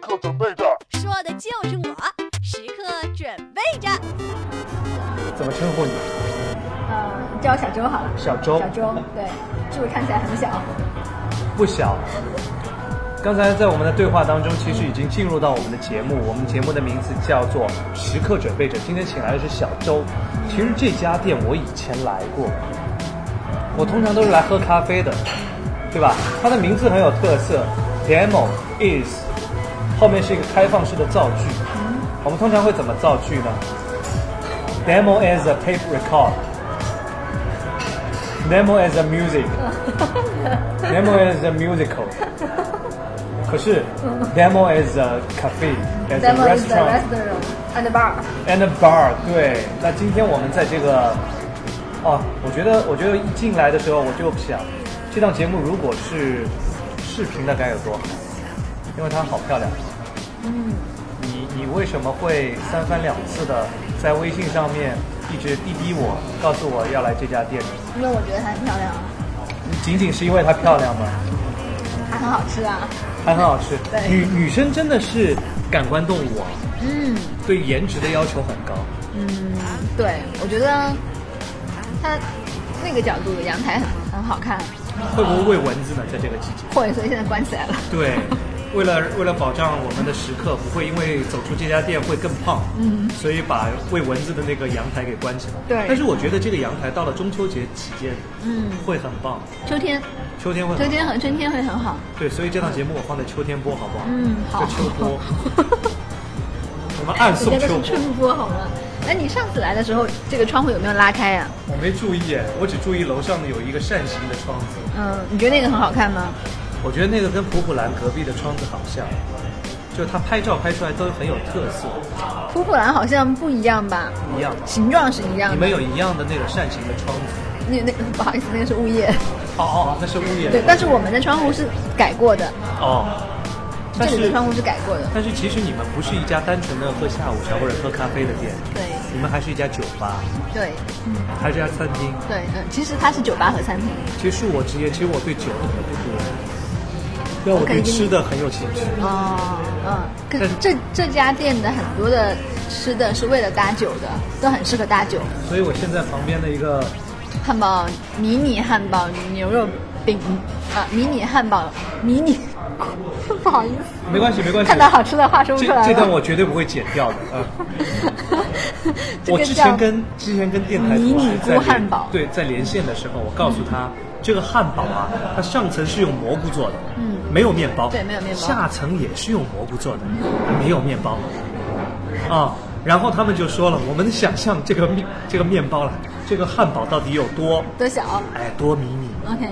刻准备着。说的就是我，时刻准备着。怎么称呼你？呃，叫我小周好了。小周小周，对，是不是看起来很小？不小。刚才在我们的对话当中，其实已经进入到我们的节目。我们节目的名字叫做《时刻准备着》。今天请来的是小周。其实这家店我以前来过，我通常都是来喝咖啡的，对吧？它的名字很有特色，Demo is，后面是一个开放式的造句。我们通常会怎么造句呢？Demo is a tape record。Demo is a music。Demo is a musical。可是，demo is a cafe, as a Demo is the restaurant restaurant and the bar。 and a bar。对，那今天我们在这个，哦，我觉得，我觉得一进来的时候我就想，这档节目如果是视频的该有多好，因为它好漂亮。你你为什么会三番两次的在微信上面一直滴滴我，告诉我要来这家店？因为我觉得它很漂亮，仅仅是因为它漂亮吗？它很好吃啊。还很好吃。对女女生真的是感官动物啊，嗯对颜值的要求很高。嗯，对，我觉得它那个角度的阳台很很好看。会不会喂蚊子呢？在这个季节？会，所以现在关起来了。对，为了为了保障我们的食客不会因为走出这家店会更胖，嗯，所以把喂蚊子的那个阳台给关起来。对但是我觉得这个阳台到了中秋节期间，嗯，会很棒，秋天，秋天会秋很天棒。和春天会很好。对，所以这档节目我放在秋天播，好不好？嗯，好。叫秋 播，我们暗你送这秋个是播。春播好吗？哎，你上次来的时候，这个窗户有没有拉开啊呀、我没注意，我只注意楼上的有一个扇形的窗子。嗯，你觉得那个很好看吗？我觉得那个跟普普兰隔壁的窗子好像，就它拍照拍出来都很有特色，普普兰好像不一样吧，一样。形状是一样你的们。有一样的那个扇形的窗子？那那不好意思，那个是物业。哦哦，那是屋檐。对，但是我们的窗户是改过的，哦，这但里的是窗户是改过的。但是其实你们不是一家单纯的喝下午茶或者喝咖啡的店，对你们还是一家酒吧，对还是一家餐厅。对，嗯，其实它是酒吧和餐厅。其实恕我直言，其实我对酒一点都不多，但我我可对以跟你吃的很有兴趣。哦，嗯，可但是这这家店的很多的吃的是为了搭酒的，都很适合搭酒，所以我现在旁边的一个汉堡、迷你汉堡、牛肉饼啊，迷你汉堡、迷你， 不好意思，没关系没关系，看到好吃的话说不这出来了。这段我绝对不会剪掉的啊。 这我个之叫前跟之前跟电台迷同事你在菇汉堡对在连线的时候，我告诉他、这个汉堡啊，它上层是用蘑菇做的，嗯没有面包，对没有面包下层也是用蘑菇做的，没有面包，啊，然后他们就说了，我们想象这个面这个面包了，这个汉堡到底有多多小哎多迷你， ？OK，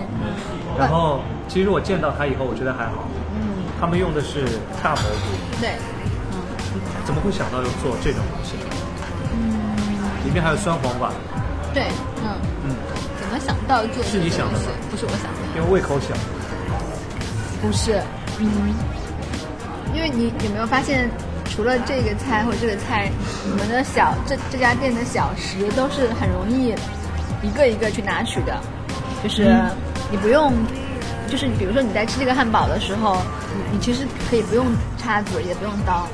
然后其实我见到它以后，我觉得还好，嗯，他们用的是大蘑菇，对，怎么会想到要做这种东西呢？嗯里面还有酸黄瓜，对，嗯，嗯，怎么想到做？是你想的吗？不是我想的。因为胃口小。不是，嗯，因为你有没有发现，除了这个菜或者这个菜，你们的小这这家店的小食都是很容易一个一个去拿取的，就是嗯你不用，就是你比如说你在吃这个汉堡的时候，你你其实可以不用插嘴，也不用刀。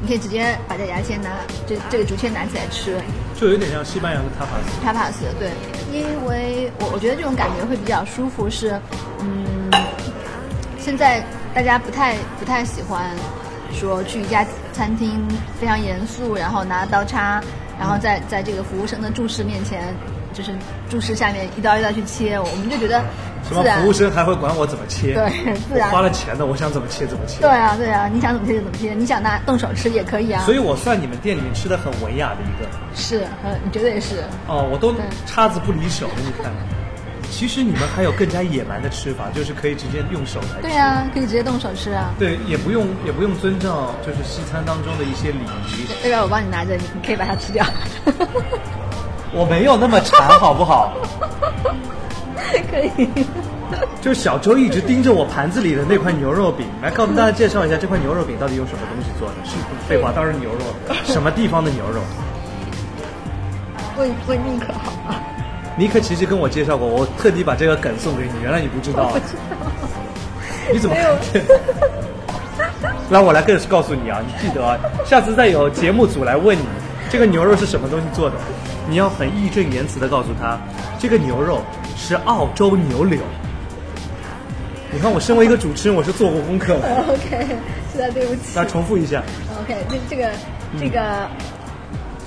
你可以直接把这牙签拿，这这个竹签拿起来吃就有点像西班牙的 tapas， ，tapas。对，因为我我觉得这种感觉会比较舒服是，嗯，现在大家不太不太喜欢说去一家餐厅非常严肃，然后拿刀叉，然后在在这个服务生的注视面前，就是注视下面一刀一刀去切，我们就觉得什么自然服务。生还会管我怎么切？对自我然花了钱的，我想怎么切怎么切。对，啊，对啊，你想怎么切就怎么切，你想拿动手吃也可以啊。所以我算你们店里面吃的很文雅的一个。是，嗯，你绝对是。哦，我都对叉子不离手，你看。其实你们还有更加野蛮的吃法，就是可以直接用手来对吃。啊，可以直接动手吃啊。对，也不用也不用遵照就是西餐当中的一些礼仪。要不然我帮你拿着，你你可以把它 吃掉。 我没有那么馋，好不好？可以。就是小周一直盯着我盘子里的那块牛肉饼，来告诉大家介绍一下这块牛肉饼到底用什么东西做的。是废话，当然是牛肉，什么地方的牛肉？问问宁可好吗？尼克其实跟我介绍过，我特地把这个梗送给你，原来你不知道啊，你怎么看见？让我来更告诉你啊，你记得啊，下次再有节目组来问你这个牛肉是什么东西做的，你要很义正言辞的告诉他，这个牛肉是澳洲牛柳。你看，我身为一个主持人，我是做过功课的。 OK，实 在对不起那。重复一下， OK，这这个嗯这个、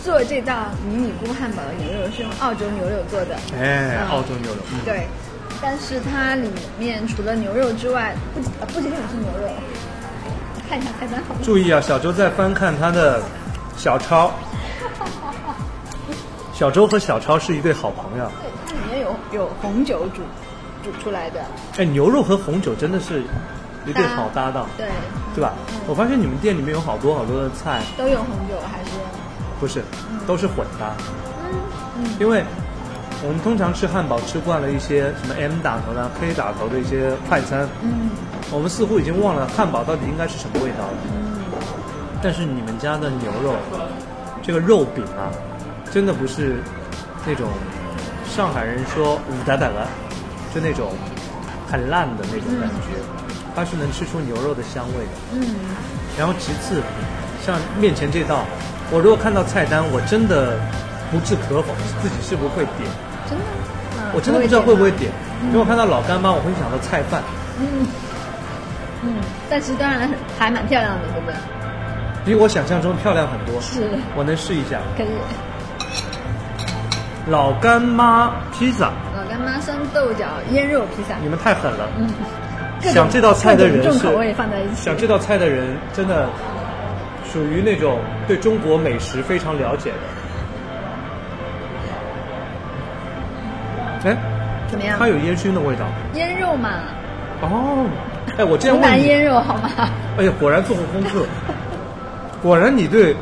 做这道迷你菇汉堡的牛肉是用澳洲牛柳做的，哎，嗯澳洲牛柳，嗯对。但是它里面除了牛肉之外，不仅呃不仅仅是牛肉。看一下菜单好吗？注意啊，小周在翻看他的小超。小周和小超是一对好朋友。对，它里面有有红酒煮煮出来的，哎，牛肉和红酒真的是一对好搭档，对，啊对吧？我发现你们店里面有好多好多的菜，都有红酒还是不是，都是混搭。因为我们通常吃汉堡吃惯了一些什么 M 打头的啊、K 打头的一些快餐，嗯，我们似乎已经忘了汉堡到底应该是什么味道了。但是你们家的牛肉，这个肉饼啊，真的不是那种上海人说五打打了，就那种很烂的那种感觉，它是能吃出牛肉的香味的。嗯然后其次，像面前这道，我如果看到菜单，我真的不置可否，自己是不会点，真的，嗯我真的不知道会不会点点，因为我看到老干妈，我会想到菜饭，吗嗯，但是当然还蛮漂亮的，对不对？比我想象中漂亮很多。是的我能试一下可以，老干妈披萨，老干妈酸豆角腌肉披萨，你们太狠了。嗯，各种想这道菜的人各种是重口味放在一起，想这道菜的人真的属于那种对中国美食非常了解的。哎，嗯怎么样它？有烟熏的味道。腌肉嘛，哦，哎，我这样湖问南你，腌肉好吗？ 哎呀，果然做过功课，果然你对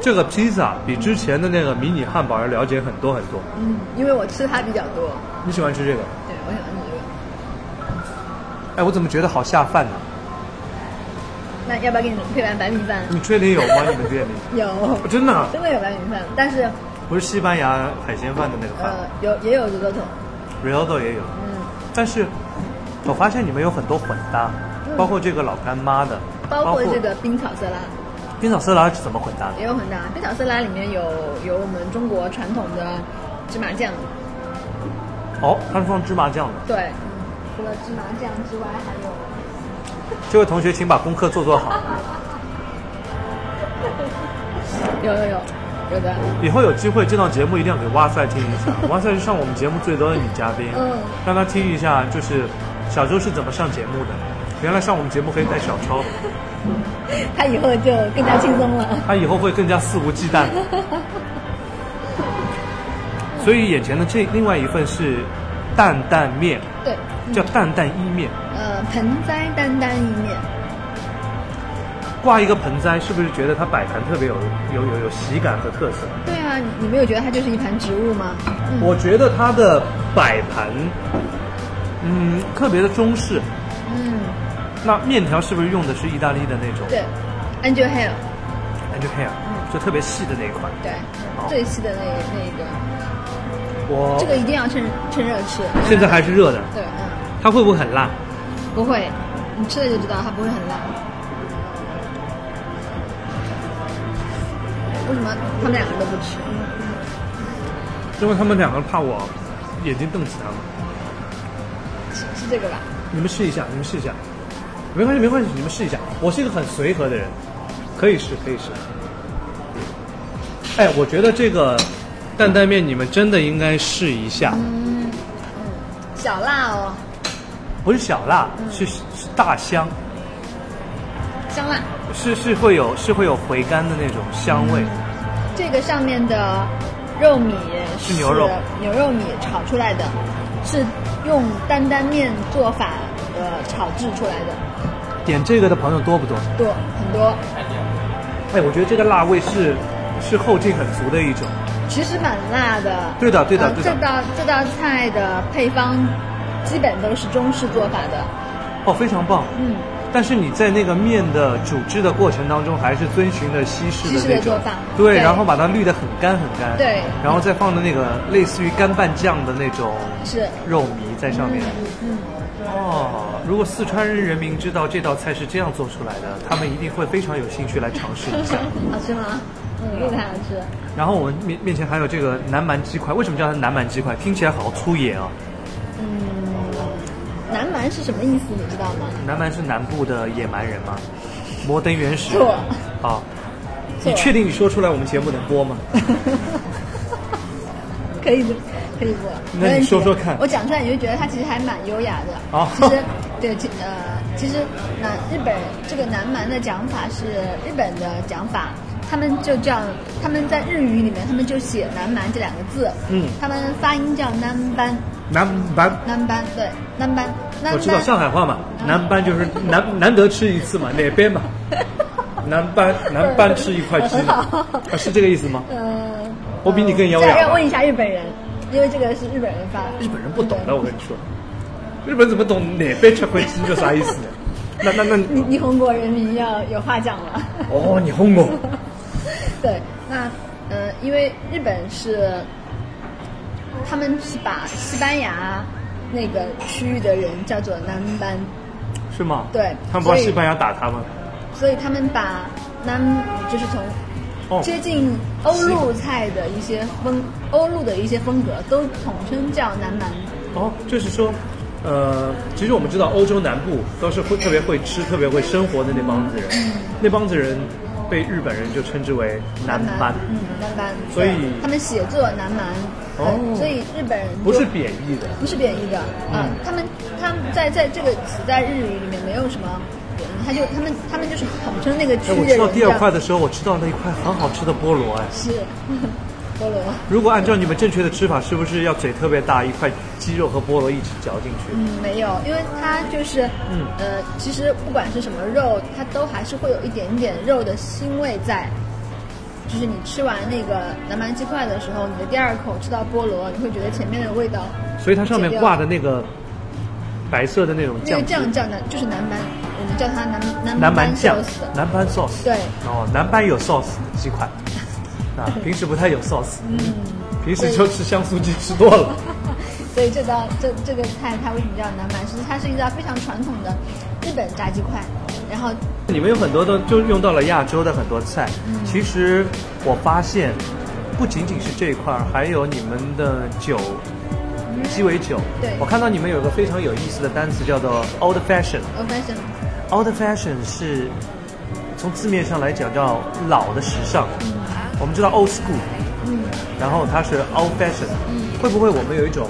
这个披萨比之前的那个迷你汉堡要了解很多很多。嗯，因为我吃它比较多，你喜欢吃这个？对我喜欢吃这个。哎，我怎么觉得好下饭呢？那要不要给你配碗白米饭？你确定有吗？你们 店里？有，哦真的啊真的有白米饭，但是不是西班牙海鲜饭的那个饭呃，有也有土豆头， ，risotto 也有，嗯，但是我发现你们有很多混搭，嗯包括这个老干妈的，包括这个冰草色拉冰草色拉是怎么混搭的？也有很大。冰草色拉里面有有我们中国传统的芝麻酱，哦，它是放芝麻酱的。对，除了芝麻酱之外，还有这位同学，请把功课做做好，有有有有的，以后有机会这档节目一定要给哇塞听 一下。哇塞是上我们节目最多的女嘉宾，嗯让她听一下就是小周是怎么上节目的。原来上我们节目可以带小 超，他以后就更加轻松了。她以后会更加肆无忌 惮。所以眼前的这另外一份是担担面，对，叫担担一面，呃，盆栽担担一面，挂一个盆栽，是不是觉得它摆盘特别有有有有喜感和特色？对啊，你你没有觉得它就是一盘植物吗？嗯我觉得它的摆盘，嗯，特别的中式。嗯，那面条是不是用的是意大利的那种对，Angel 嗯 Hair， ？Angel hair，就特别细的那一款。对好，最细的那那一个，我这个一定要趁趁热吃。现在还是热的，对，嗯，它会不会很辣？不会，你吃了就知道它不会很辣。为什么他们两个都不吃？嗯因为他们两个怕我眼睛瞪起他们。是是这个吧？你们试一下，你们试一下，没关系，没关系，你们试一下。我是一个很随和的人，可以试，可以试。哎，我觉得这个担担面你们真的应该试一下，嗯嗯，小辣哦，不是小辣，嗯是是大香，香辣。是是会有是会有回甘的那种香味。这个上面的肉米是牛肉，牛肉米炒出来的，是用担担面做法呃炒制出来的，点这个的朋友多不多？多很多，哎，我觉得这个辣味是是后劲很足的一种。其实蛮辣的。对的对的呃对的这道这道菜的配方基本都是中式做法的，哦，非常棒。嗯，但是你在那个面的煮制的过程当中，还是遵循了西式西的式的那种做法对，对然后把它滤得很干很干，对然后再放的那个类似于干拌酱的那种是肉糜在上面。嗯，哦，如果四川人民知道这道菜是这样做出来的，他们一定会非常有兴趣来尝试 一下。好吃吗？嗯，又太好吃了。然后我们面面前还有这个南蛮鸡块，为什么叫它南蛮鸡块？听起来好粗野啊！南蛮是什么意思？你知道吗？南蛮是南部的野蛮人吗？摩登原始错。好，错你确定你说出来我们节目能播 吗？可以的，可以播。那你说说看我讲出来你就觉得它其实还蛮优雅的。哦其实对，其呃，其实南日本这个南蛮的讲法是日本的讲法，他们就叫他们在日语里面他们就写南蛮这两个字，嗯他们发音叫南班南蛮，南班对南班南班。我知道上海话嘛，南班就是难难得吃一次嘛，哪 边嘛？南班南班吃一块鸡嘛，啊是这个意思吗？呃，我比你更优雅再要问一下日本人，因为这个是日本人发。日本人不懂的，我跟你说，日本怎么懂哪边吃块鸡这啥意 思呢？那那那你你红国人民要有话讲了。哦，你哄 我。对，那呃，因为日本是他们是把西班牙那个区域的人叫做南蛮，是吗？对他们不是所以西班牙打他们。所以他们把南就是从哦，接近欧陆菜的一些风，欧陆的一些风格都统称叫南蛮。哦，就是说，呃，其实我们知道欧洲南部都是会特别会吃、特别会生活的那帮子人，嗯那帮子人被日本人就称之为南蛮，嗯，南蛮。所以对他们写作南蛮，哦呃所以日本人不就是贬义的。不是贬义的，嗯啊，他们他们在在这个词在日语里面没有什么，嗯他就他们他们就是统称那个区哎，我域的吃人到第二块 叫的时候，我吃到了一块很好吃的菠萝，哎，是菠萝，如果按照你们正确的吃法，是不是要嘴特别大，一块鸡肉和菠萝一起嚼进去？嗯，没有，因为它就是，嗯呃，其实不管是什么肉，它都还是会有一点点肉的腥味在。就是你吃完那个南蛮鸡块的时候，你的第二口吃到菠萝，你会觉得前面的味道，所以它上面剪掉挂的那个白色的那种那酱个汁，酱叫南，就是南蛮，我们叫它南南南蛮酱 sauce，南蛮 sauce，对哦，南蛮有 sauce 的鸡块，啊，平时不太有 sauce，嗯，平时就吃香酥鸡吃多了，所以这道这这个菜它为什么叫南蛮？其实它是一道非常传统的日本炸鸡块，然后你们有很多都就用到了亚洲的很多菜，其实我发现不仅仅是这一块儿，还有你们的酒。鸡尾酒，对我看到你们有一个非常有意思的单词叫做 old fashion。 old 呃 fashion old fashion 是从字面上来讲叫老的时尚，嗯我们知道 old school，然后它是 old fashion，会嗯不会我们有一种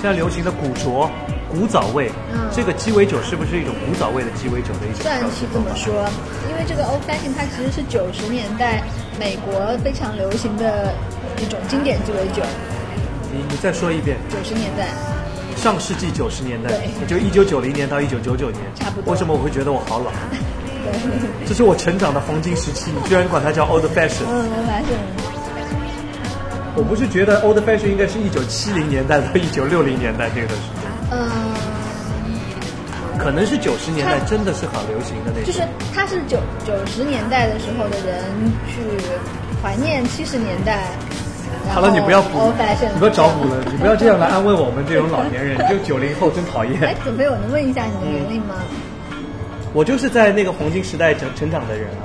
现在流行的古着、古早味嗯？这个鸡尾酒是不是一种古早味的鸡尾酒的一种算表是现这方么法？说，因为这个 old fashion 它其实是九十年代美国非常流行的一种经典鸡尾酒，你你再说一遍，九十年代上世纪九十年代对，也就一九九零年到一九九九年，差不多为什么我会觉得我好老？ 对，这是我成长的黄金时期，你居然管它叫 old fashion？嗯，old fashion 我不是觉得 old fashion 应该是一九七零年代到一九六零年代这个时间。嗯。可能是九十年代它真的是很流行的那种，就是它是九九十年代的时候的人去怀念七十年代。然好后了，你不要补 old fashion，，你不要找补了，你不要这样来安慰我们这种老年人，你就九零后真讨哎厌。，准备我能问一下你的年龄吗？我就是在那个黄金时代成成长的人啊，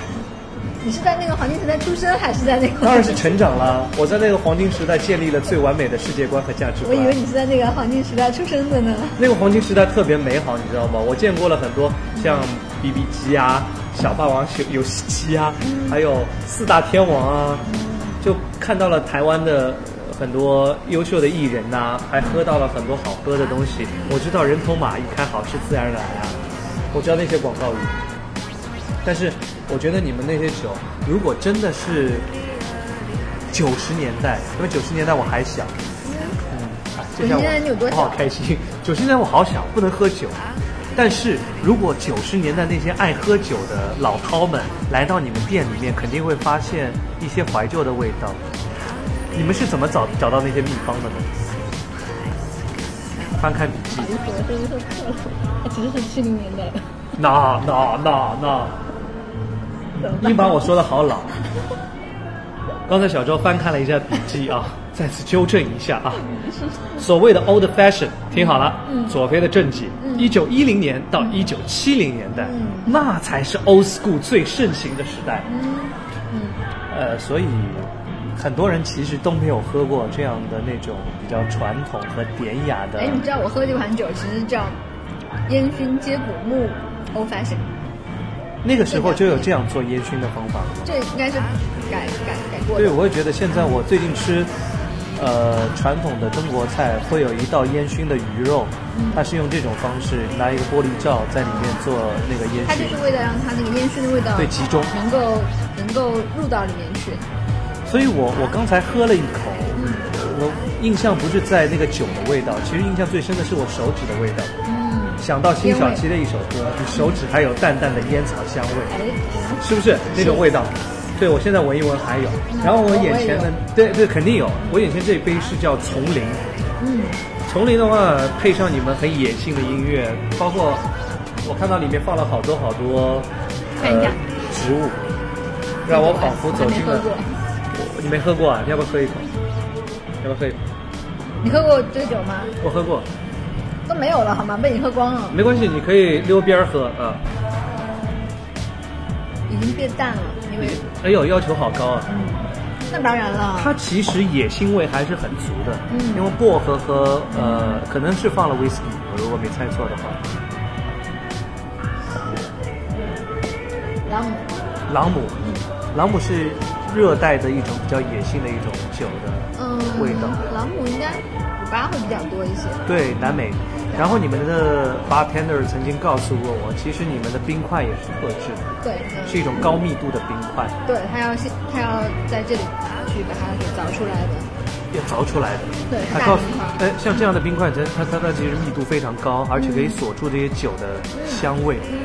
你是在那个黄金时代出生，还是在那个？当然是成长啦。我在那个黄金时代建立了最完美的世界观和价值 我观。以为你是在那个黄金时代出生的呢。 那个黄金时代特别美好，你知道吗？我见过了很多像 BB 机啊、小霸王游游戏机啊，还有四大天王啊，就看到了台湾的呃很多优秀的艺人呐、还喝到了很多好喝的东西。我知道人头马一开好吃自然来啊，我知道那些广告语。但是我觉得你们那些酒，如果真的是九十年代，因为九十年代我还小，嗯，啊这下我90年代你有多我小好开心。 九十年代我好小，不能喝酒。但是如果九十年代那些爱喝酒的老饕们来到你们店里面，肯定会发现一些怀旧的味道。你们是怎么找找到那些秘方的呢？翻看笔记，你可能是不是错了？其实是七零年代的。那那那那，硬把我说的好老。刚才小周翻看了一下笔记啊，再次纠正一下啊，所谓的 old fashion，听好了，佐菲的政绩，一九一零年到一九七零年代，那才是 old school 最盛行的时代。呃，所以很多人其实都没有喝过这样的那种比较传统和典雅的哎，你知道我喝的这款酒其实叫烟熏接骨木 Old Fashion，那个时候就有这样做烟熏的方法了吗？这应该是改改改过对，的。我也觉得现在我最近吃，呃，传统的中国菜会有一道烟熏的鱼肉，嗯它是用这种方式拿一个玻璃罩在里面做那个烟它就熏是，为了让它那个烟熏的味道对，集中。能够能够入到里面去。嗯所以我我刚才喝了一口，我印象不是在那个酒的味道，其实印象最深的是我手指的味道。嗯，想到辛晓琪的一首歌，你手指还有淡淡的烟草香味，哎，是不是那种味道？对，我现在闻一闻还有，嗯然后我眼前的，对对，肯定有。我眼前这杯是叫丛林，嗯，丛林的话配上你们很野性的音乐，包括我看到里面放了好多好多呃看一下植物，让我仿佛走进我还没了哎喝过。我你没喝过啊？你要不要喝一口？要不要喝一口？你喝过这个酒吗？我喝过，都没有了好吗？被你喝光了，没关系，你可以溜边儿喝啊。已经变淡了，因为哎呦，要求好高啊！那当然了，它其实野腥味还是很足的，嗯因为薄荷和呃，可能是放了 whisky，我如果没猜错的话，然后朗姆，朗姆是热带的一种比较野性的一种酒的嗯，味道，朗姆应该古巴会比较多一些。对，南美。然后你们的 bartender 曾经告诉过我，其实你们的冰块也是特制的，对，嗯是一种高密度的冰块，对，他要先他要在这里去把它给凿出来的。要凿出来的。对他大告诉冰块，哎，像这样的冰块，它它它它其实密度非常高，而且可以锁住这些酒的香味。嗯，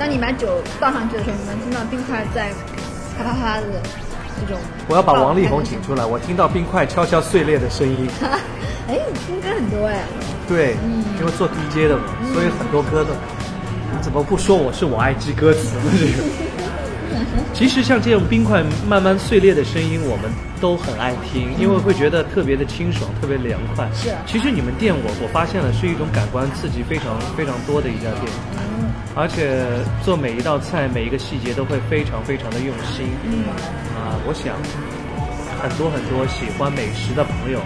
当你把酒倒上去的时候，你能听到冰块在啪啪啪的这种。我要把王力宏请出来，我听到冰块悄悄碎裂的声音。来。 哎，你听歌很多哎。对，因为做 DJ 的嘛，所以很多歌的，你怎么不说我是我爱记歌词呢？这个。其实像这种冰块慢慢碎裂的声音，我们都很爱听，因为会觉得特别的清爽，特别凉快。是其实你们店我我发现了是一种感官刺激非常非常多的一家店，而且做每一道菜每一个细节都会非常非常的用心。啊，我想很多很多喜欢美食的朋友，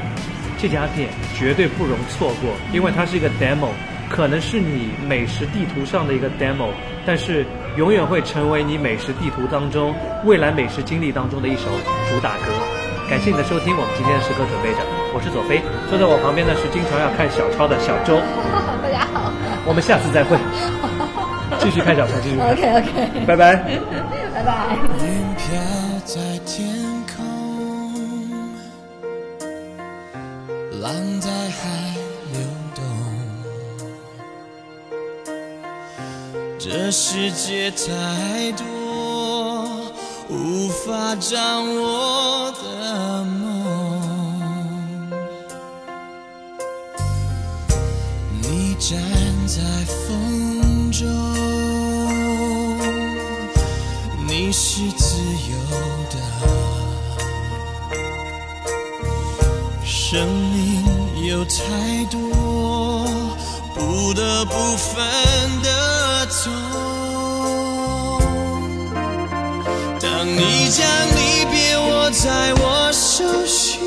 这家店绝对不容错过，因为它是一个 demo，可能是你美食地图上的一个 demo，但是永远会成为你美食地图当中未来美食经历当中的一首主打歌。感谢你的收听，我们今天的时刻准备着，我是左飞，坐在我旁边的是经常要看小抄的小周，大家 好。我们下次 再会，继续看小抄，继续看， OK OK，拜拜。拜拜。云飘在天空，浪在海流动。这世界太多无法掌握的梦，你站在风中。你是自由的，生命有太多不得不分的痛。当你将离别握在我手心，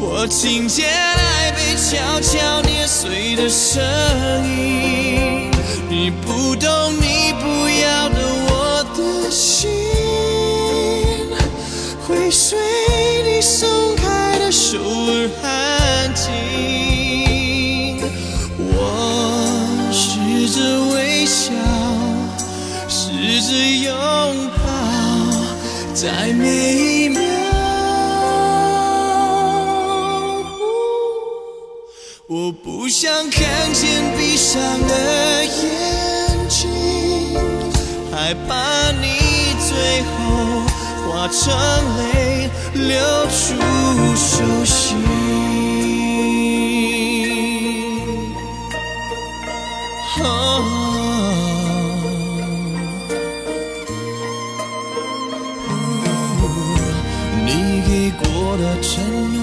我听见爱被悄悄捏碎的声音。你不懂你不要的我的心，会随你松开的手而安静。我试着微笑，试着拥抱，在每一秒。我不想看见闭上的眼睛，害怕你最后化成泪流出手心。哦你给过我的承诺。